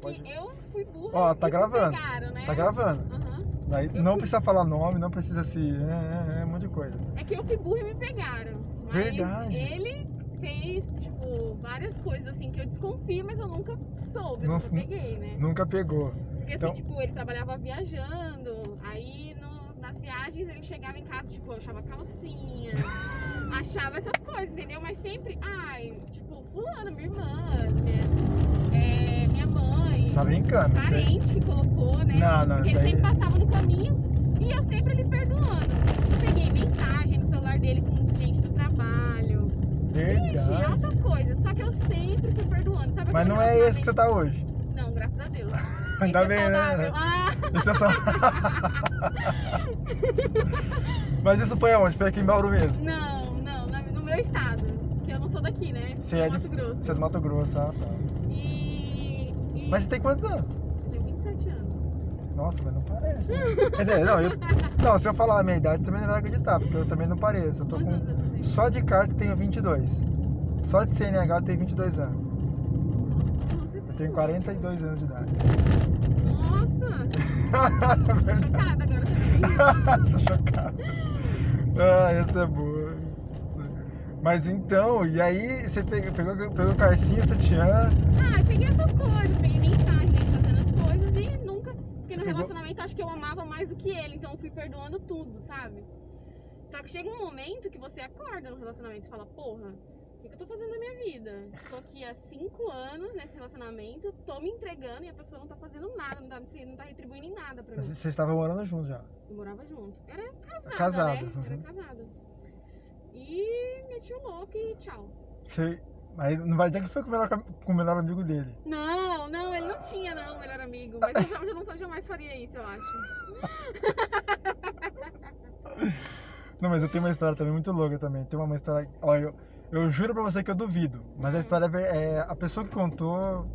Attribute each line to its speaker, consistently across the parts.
Speaker 1: pode.
Speaker 2: É que eu fui burra.
Speaker 1: Ó,
Speaker 2: e
Speaker 1: tá
Speaker 2: me
Speaker 1: gravando.
Speaker 2: pegaram, né?
Speaker 1: Tá gravando.
Speaker 2: Aham.
Speaker 1: Daí
Speaker 2: Eu
Speaker 1: não
Speaker 2: fui.
Speaker 1: precisa falar nome, não precisa se. É, é, é, um monte de coisa.
Speaker 2: É que eu fui burra e me pegaram. Mas
Speaker 1: Verdade.
Speaker 2: ele fez, tipo, várias coisas assim que eu desconfio, mas eu nunca soube, eu
Speaker 1: Nossa,
Speaker 2: nunca peguei, né?
Speaker 1: Nunca pegou.
Speaker 2: Porque
Speaker 1: Então-
Speaker 2: assim, tipo, ele trabalhava viajando, aí no- nas viagens ele chegava em casa, tipo, eu achava calcinha, achava essas coisas, entendeu? Mas sempre, ai, tipo, fulano, minha irmã, minha, é, minha mãe,
Speaker 1: Tá brincando. não tem-
Speaker 2: parente que colocou, né?
Speaker 1: Não, não,
Speaker 2: Porque
Speaker 1: isso
Speaker 2: ele
Speaker 1: aí.
Speaker 2: sempre passava no caminho e eu sempre lhe perdoando. Eu peguei mensagem no celular dele com gente do trabalho. Vixe,
Speaker 1: Verdade.
Speaker 2: altas coisas. Só que eu sempre fui perdoando, sabe?
Speaker 1: Mas
Speaker 2: aquele
Speaker 1: não é esse que você
Speaker 2: relacionamento-
Speaker 1: tá hoje.
Speaker 2: Não, graças a Deus.
Speaker 1: Ainda
Speaker 2: Esse é
Speaker 1: bem, né?
Speaker 2: saudável. Ah.
Speaker 1: Esse é só. Mas isso foi aonde? Foi aqui em Bauru mesmo.
Speaker 2: Não, não, na- no meu estado. Porque eu não sou daqui, né?
Speaker 1: Você
Speaker 2: Sou
Speaker 1: é
Speaker 2: do
Speaker 1: de-
Speaker 2: Mato Grosso.
Speaker 1: Você é do Mato Grosso, ah, tá.
Speaker 2: E. e-
Speaker 1: Mas você tem quantos anos?
Speaker 2: Eu tenho 27 anos.
Speaker 1: Nossa, mas não parece. né? Quer dizer, não, eu, não, se eu falar a minha idade, também não vai acreditar, porque eu também não pareço. Eu tô
Speaker 2: Quantos
Speaker 1: com.
Speaker 2: anos você tem?
Speaker 1: Só de carro que tenho 22. Só de CNH eu tenho 22 anos.
Speaker 2: Nossa, tá
Speaker 1: Eu tenho 42 anos de idade. É
Speaker 2: Nossa! Tô
Speaker 1: Verdade.
Speaker 2: chocada agora também.
Speaker 1: Tô chocado. Ah, essa é boa. Mas então, e aí você pe- pegou, pegou o Carcinha, Sutiã,
Speaker 2: Ah, eu peguei essas coisas, peguei mensagem fazendo as coisas e nunca. Porque
Speaker 1: Você
Speaker 2: no
Speaker 1: pegou-
Speaker 2: relacionamento eu acho que eu amava mais do que ele, então eu fui perdoando tudo, sabe? Só que chega um momento que você acorda no relacionamento e fala, porra, o que que eu tô fazendo na minha vida? Tô aqui há cinco anos nesse relacionamento, tô me entregando e a pessoa não tá fazendo nada, não tá, me- não tá retribuindo em nada pra mim.
Speaker 1: vocês estavam morando juntos já.
Speaker 2: Eu morava junto. Era casada,
Speaker 1: Casado,
Speaker 2: né? Era
Speaker 1: uhum.
Speaker 2: casada. E meti o louco e tchau.
Speaker 1: Você, mas não vai dizer que foi com o melhor, cam- com o melhor amigo dele.
Speaker 2: Não, não, ele não tinha, não, melhor amigo. Mas eu jamais, eu não- jamais faria isso, eu acho.
Speaker 1: Não, mas eu tenho uma história também muito louca também. Tem uma história. Ó, eu, eu juro pra você que eu duvido. Mas a história é ver- é. A pessoa que contou.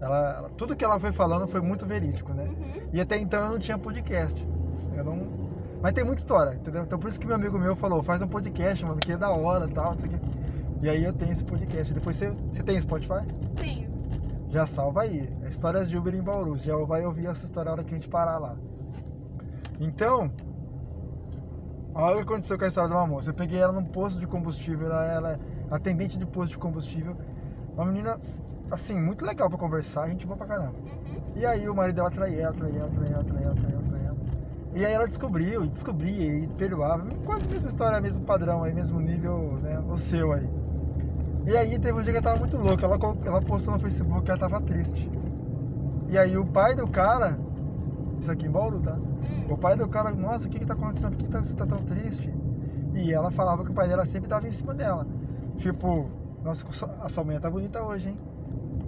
Speaker 1: Ela, ela- tudo que ela foi falando foi muito verídico, né?
Speaker 2: Uhum.
Speaker 1: E até então eu não tinha podcast. Eu não. Mas tem muita história, entendeu? Então por isso que meu amigo meu falou, faz um podcast, mano, que é da hora tal, não sei o quê. E aí eu tenho esse podcast. Depois você. Você tem Spotify?
Speaker 2: Tenho.
Speaker 1: Já salva aí. É Histórias de Uber em Bauru. Você já vai ouvir essa história na hora que a gente parar lá. Então, olha o que aconteceu com a história de uma moça. Eu peguei ela num posto de combustível, ela era atendente de posto de combustível. Uma menina, assim, muito legal pra conversar, gente boa pra caramba.
Speaker 2: Uhum.
Speaker 1: E aí o marido dela traía ela, traía ela, traía ela, traía ela, traía ela, traía ela. E aí ela descobriu, e descobria e perdoava. Quase a mesma história, mesmo padrão aí, mesmo nível, né, o seu aí. E aí teve um dia que ela tava muito louca, ela, colo- ela postou no Facebook que ela tava triste. E aí o pai do cara, isso aqui em Bauru, tá? O
Speaker 2: Hum.
Speaker 1: pai do cara, nossa, o que que tá acontecendo? Por que tá- você tá tão triste? E ela falava que o pai dela sempre tava em cima dela. Tipo, nossa, a sua mulher tá bonita hoje, hein?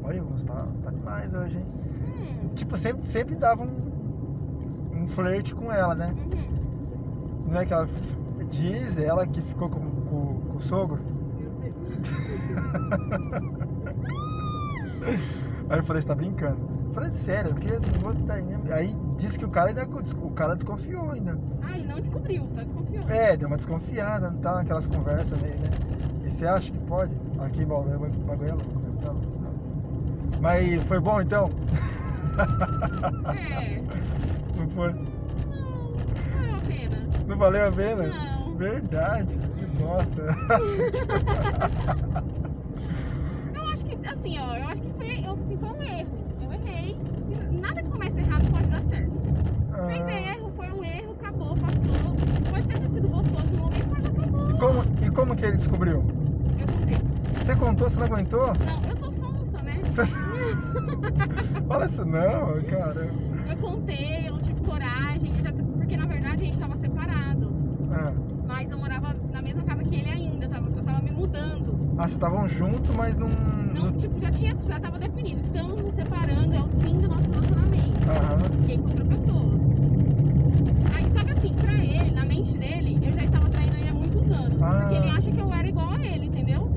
Speaker 1: Olha, você tá, tá demais hoje, hein?
Speaker 2: Hum.
Speaker 1: tipo, sempre, sempre dava um, um flerte com ela, né?
Speaker 2: Uhum.
Speaker 1: Não é que ela diz ela que ficou com, com- com o sogro.
Speaker 2: Meu Deus.
Speaker 1: Aí eu falei, você tá brincando? Eu falei, sério, é eu queria. eu vou dar em mim." Aí disse que o cara ainda o cara desconfiou ainda.
Speaker 2: Ah, ele não descobriu, só desconfiou.
Speaker 1: É, deu uma desconfiada, não tá? Aquelas conversas meio, né? E você acha que pode? Aqui em Bauru o bagulho é louco, né? Tá louco. Mas foi bom então?
Speaker 2: É.
Speaker 1: Não foi?
Speaker 2: Não, não é uma pena.
Speaker 1: Não valeu a pena?
Speaker 2: Não.
Speaker 1: Verdade, que bosta.
Speaker 2: Eu acho que, assim, ó, eu acho que foi, eu, assim, foi um erro. Eu errei. Nada que começa errado pode dar certo. Fez
Speaker 1: Ah.
Speaker 2: erro, foi um erro, acabou, passou. Pode ter sido gostoso no momento, mas acabou.
Speaker 1: E como, e como que ele descobriu?
Speaker 2: Eu comprei.
Speaker 1: Você contou, você não aguentou?
Speaker 2: Não, eu sou sonsa, né?
Speaker 1: Fala isso não, cara.
Speaker 2: Eu contei, eu não tive coragem, eu já- porque na verdade a gente tava separado.
Speaker 1: Ah,
Speaker 2: Mas eu morava na mesma casa que ele ainda, eu tava, eu tava me mudando.
Speaker 1: Ah, vocês estavam juntos, mas não.
Speaker 2: Então,
Speaker 1: Uhum.
Speaker 2: tipo, já tinha, já tava definido, estamos nos separando, é o fim do nosso relacionamento.
Speaker 1: Aham.
Speaker 2: Fiquei com outra pessoa. Aí, só que assim, pra ele, na mente dele, eu já estava traindo ele há muitos anos.
Speaker 1: Ah.
Speaker 2: Porque ele acha que eu era igual a ele, entendeu?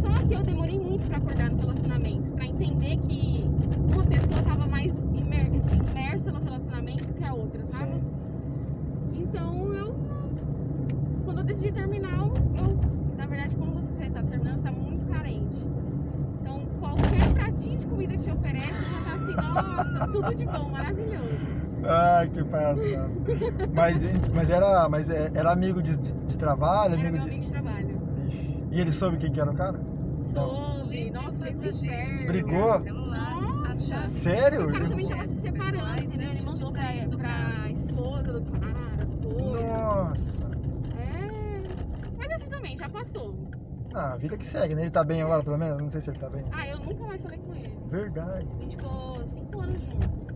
Speaker 2: Só que eu demorei muito pra acordar no relacionamento, pra entender que uma pessoa tava mais imer- assim, imersa no relacionamento do que a outra, sabe?
Speaker 1: Sim.
Speaker 2: Então eu. Quando eu decidi terminar, eu. Na verdade, quando você tá terminando, você tá muito carente. Então qualquer pratinho de comida que te Nossa, tudo de bom, maravilhoso.
Speaker 1: Ai, que palhaçada. Mas, mas era, mas é- era amigo de, de, de trabalho,
Speaker 2: Era
Speaker 1: amigo
Speaker 2: meu
Speaker 1: de.
Speaker 2: amigo de trabalho.
Speaker 1: Ixi. E ele soube quem que era o cara?
Speaker 2: Soube, nossa, foi pro inferno.
Speaker 1: Brigou? Sério?
Speaker 2: O cara também
Speaker 1: Ele-
Speaker 2: tava se separando, entendeu? Ele mandou pra, pra esposa do cara, as coisas.
Speaker 1: Nossa.
Speaker 2: É. Mas assim também, já passou.
Speaker 1: Ah, a vida que segue, né? Ele tá bem agora, pelo menos? Não sei se ele tá bem.
Speaker 2: Ah, eu nunca mais falei com ele.
Speaker 1: Verdade.
Speaker 2: A gente ficou cinco anos juntos.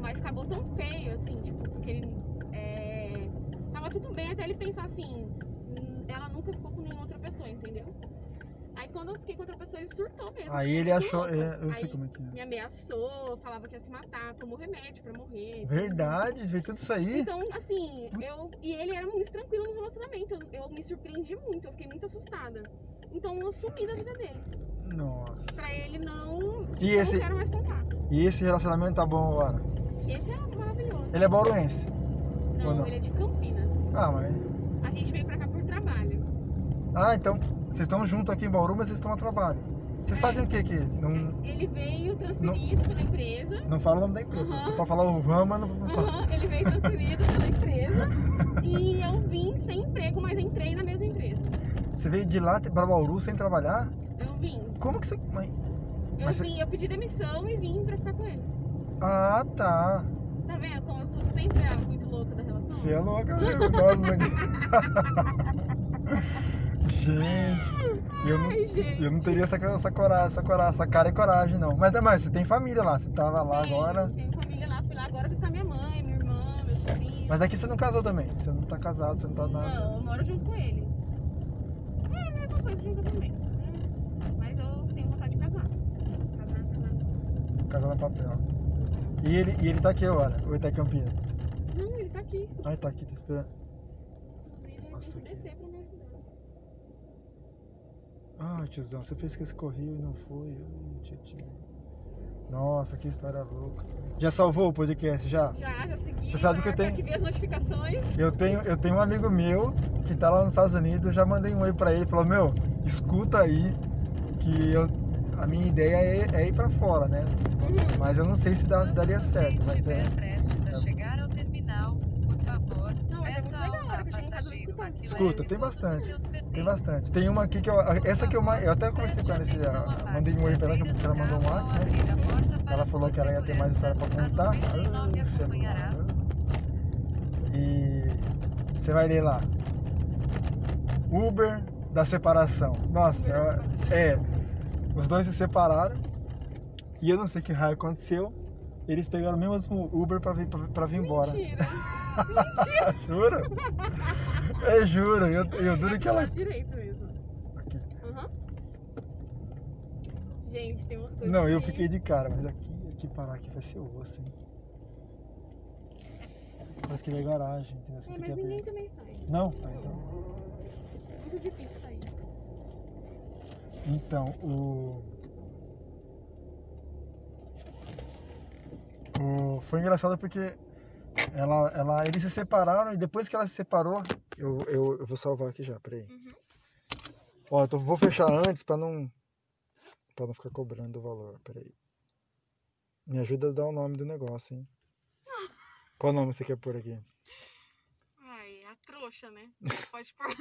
Speaker 2: Mas acabou tão feio, assim, tipo, porque ele. é, Tava tudo bem até ele pensar assim. "Hum, Ela nunca ficou com nenhuma outra pessoa, entendeu? Aí quando eu fiquei com outra pessoa, ele surtou mesmo.
Speaker 1: Aí ele
Speaker 2: Ficou
Speaker 1: achou.
Speaker 2: louco.
Speaker 1: é, eu sei
Speaker 2: Aí
Speaker 1: como é que é.
Speaker 2: Me ameaçou, falava que ia se matar, tomou remédio pra morrer.
Speaker 1: Verdade, veio tudo isso aí.
Speaker 2: Então, assim, eu. E ele era muito tranquilo no relacionamento. Eu, eu me surpreendi muito, eu fiquei muito assustada. Então eu sumi da vida dele.
Speaker 1: Nossa.
Speaker 2: Pra ele não.
Speaker 1: E
Speaker 2: eu
Speaker 1: esse-
Speaker 2: não quero mais contato.
Speaker 1: E esse relacionamento tá bom agora?
Speaker 2: Esse é maravilhoso.
Speaker 1: Ele é bauruense.
Speaker 2: Não,
Speaker 1: não?
Speaker 2: ele é de Campinas.
Speaker 1: Ah, mas.
Speaker 2: A gente veio pra cá por trabalho.
Speaker 1: Ah, então. Vocês estão junto aqui em Bauru, mas vocês estão a trabalho. Vocês
Speaker 2: É.
Speaker 1: fazem o que aqui? Hum. Não,
Speaker 2: Ele veio transferido pela empresa.
Speaker 1: não fala o nome da empresa.
Speaker 2: Aham.
Speaker 1: Você pode falar o ramo, mas não, não fala.
Speaker 2: Aham, ele veio transferido pela empresa. E eu vim sem emprego, mas entrei na mesma empresa.
Speaker 1: Você veio de lá pra Bauru sem trabalhar?
Speaker 2: Eu vim.
Speaker 1: Como que você. mas-
Speaker 2: Eu
Speaker 1: Mas você-
Speaker 2: vim, eu pedi demissão e vim pra ficar com ele.
Speaker 1: Ah, tá.
Speaker 2: Tá vendo como eu sou sempre a muito louca da relação?
Speaker 1: Você é louca mesmo, nossa. gente, eu não,
Speaker 2: Ai, gente.
Speaker 1: eu não teria essa, essa coragem, essa coragem, essa cara e coragem, não. Mas mais, você tem família lá, você tava lá
Speaker 2: Tenho,
Speaker 1: agora.
Speaker 2: Tenho família lá, fui lá agora visitar minha mãe, minha irmã, meus sobrinhos.
Speaker 1: Mas aqui você não casou também. Você não tá casado, você não tá nada.
Speaker 2: Não, eu moro junto com ele. É a mesma coisa que eu também. Mas eu tenho vontade de casar. Casar, casar.
Speaker 1: Casado no papel. E ele, e ele tá aqui agora, ou ele tá em Campinas?
Speaker 2: Não, ele tá aqui.
Speaker 1: Ah, ele tá aqui, tá esperando.
Speaker 2: Inclusive, ele
Speaker 1: Nossa,
Speaker 2: tem que
Speaker 1: que-
Speaker 2: descer pra me ajudar.
Speaker 1: Ah, tiozão, você fez que esse correio e não foi. Ai, tio, tio. Nossa, que história louca. Já salvou o podcast, já?
Speaker 2: Já, já segui.
Speaker 1: Você sabe
Speaker 2: já
Speaker 1: que eu tenho-
Speaker 2: ativei as notificações.
Speaker 1: Eu tenho, eu tenho um amigo meu que tá lá nos Estados Unidos, eu já mandei um oi pra ele, falou, meu, escuta aí que eu, a minha ideia é, é ir pra fora, né?
Speaker 2: Uhum.
Speaker 1: Mas eu não sei se dá- daria certo, mas é.
Speaker 3: prestes
Speaker 1: é.
Speaker 3: a chegar ao terminal, por favor,
Speaker 2: tá Não, mas é
Speaker 3: peça
Speaker 2: muito legal,
Speaker 3: ao
Speaker 2: a hora que eu cheguei em casa eu
Speaker 3: passageiro
Speaker 2: escutava.
Speaker 3: que
Speaker 1: Escuta,
Speaker 3: leve
Speaker 1: tem
Speaker 3: todos os
Speaker 1: bastante,
Speaker 3: seus
Speaker 1: Tem
Speaker 3: pertences.
Speaker 1: bastante. Tem uma aqui que eu. Essa que eu ma- eu até conversei com ela nesse.
Speaker 3: Preste atenção
Speaker 1: ah,
Speaker 3: à
Speaker 1: Mandei um
Speaker 3: parte
Speaker 1: oi pra ela, que
Speaker 3: traseira do
Speaker 1: ela mandou um
Speaker 3: carro ao
Speaker 1: WhatsApp, né?
Speaker 3: abrir a porta para
Speaker 1: Ela falou
Speaker 3: sua
Speaker 1: que ela ia ter mais história pra
Speaker 3: segurança.
Speaker 1: contar.
Speaker 3: A 99
Speaker 1: Ah, celular.
Speaker 3: acompanhará.
Speaker 1: E você vai ler lá. Uber da separação. Nossa, é. Os dois se separaram. E eu não sei que raio aconteceu. Eles pegaram o mesmo Uber pra vir, pra, pra vir embora.
Speaker 2: Mentira. Mentira.
Speaker 1: Juro? Eu juro, eu, eu duro
Speaker 2: É
Speaker 1: que
Speaker 2: pro
Speaker 1: ela.
Speaker 2: lado direito mesmo.
Speaker 1: Aqui.
Speaker 2: Aham. Gente, tem umas coisas.
Speaker 1: Não, eu
Speaker 2: que-
Speaker 1: fiquei de cara, mas aqui, aqui parar aqui vai ser osso, hein? Parece que ele é garagem, entendeu? Você
Speaker 2: É,
Speaker 1: fica
Speaker 2: mas ninguém
Speaker 1: aberto.
Speaker 2: também sai.
Speaker 1: Não? Tá, então.
Speaker 2: Muito difícil sair.
Speaker 1: Então, o. o... Foi engraçado porque ela, ela, eles se separaram e depois que ela se separou. Eu, eu, eu vou salvar aqui já, peraí. Ó, eu tô- vou fechar antes pra não. pra não ficar cobrando o valor, peraí. Me ajuda a dar o nome do negócio, hein? Qual nome você quer pôr aqui?
Speaker 2: Ai, a trouxa, né? Pode pôr.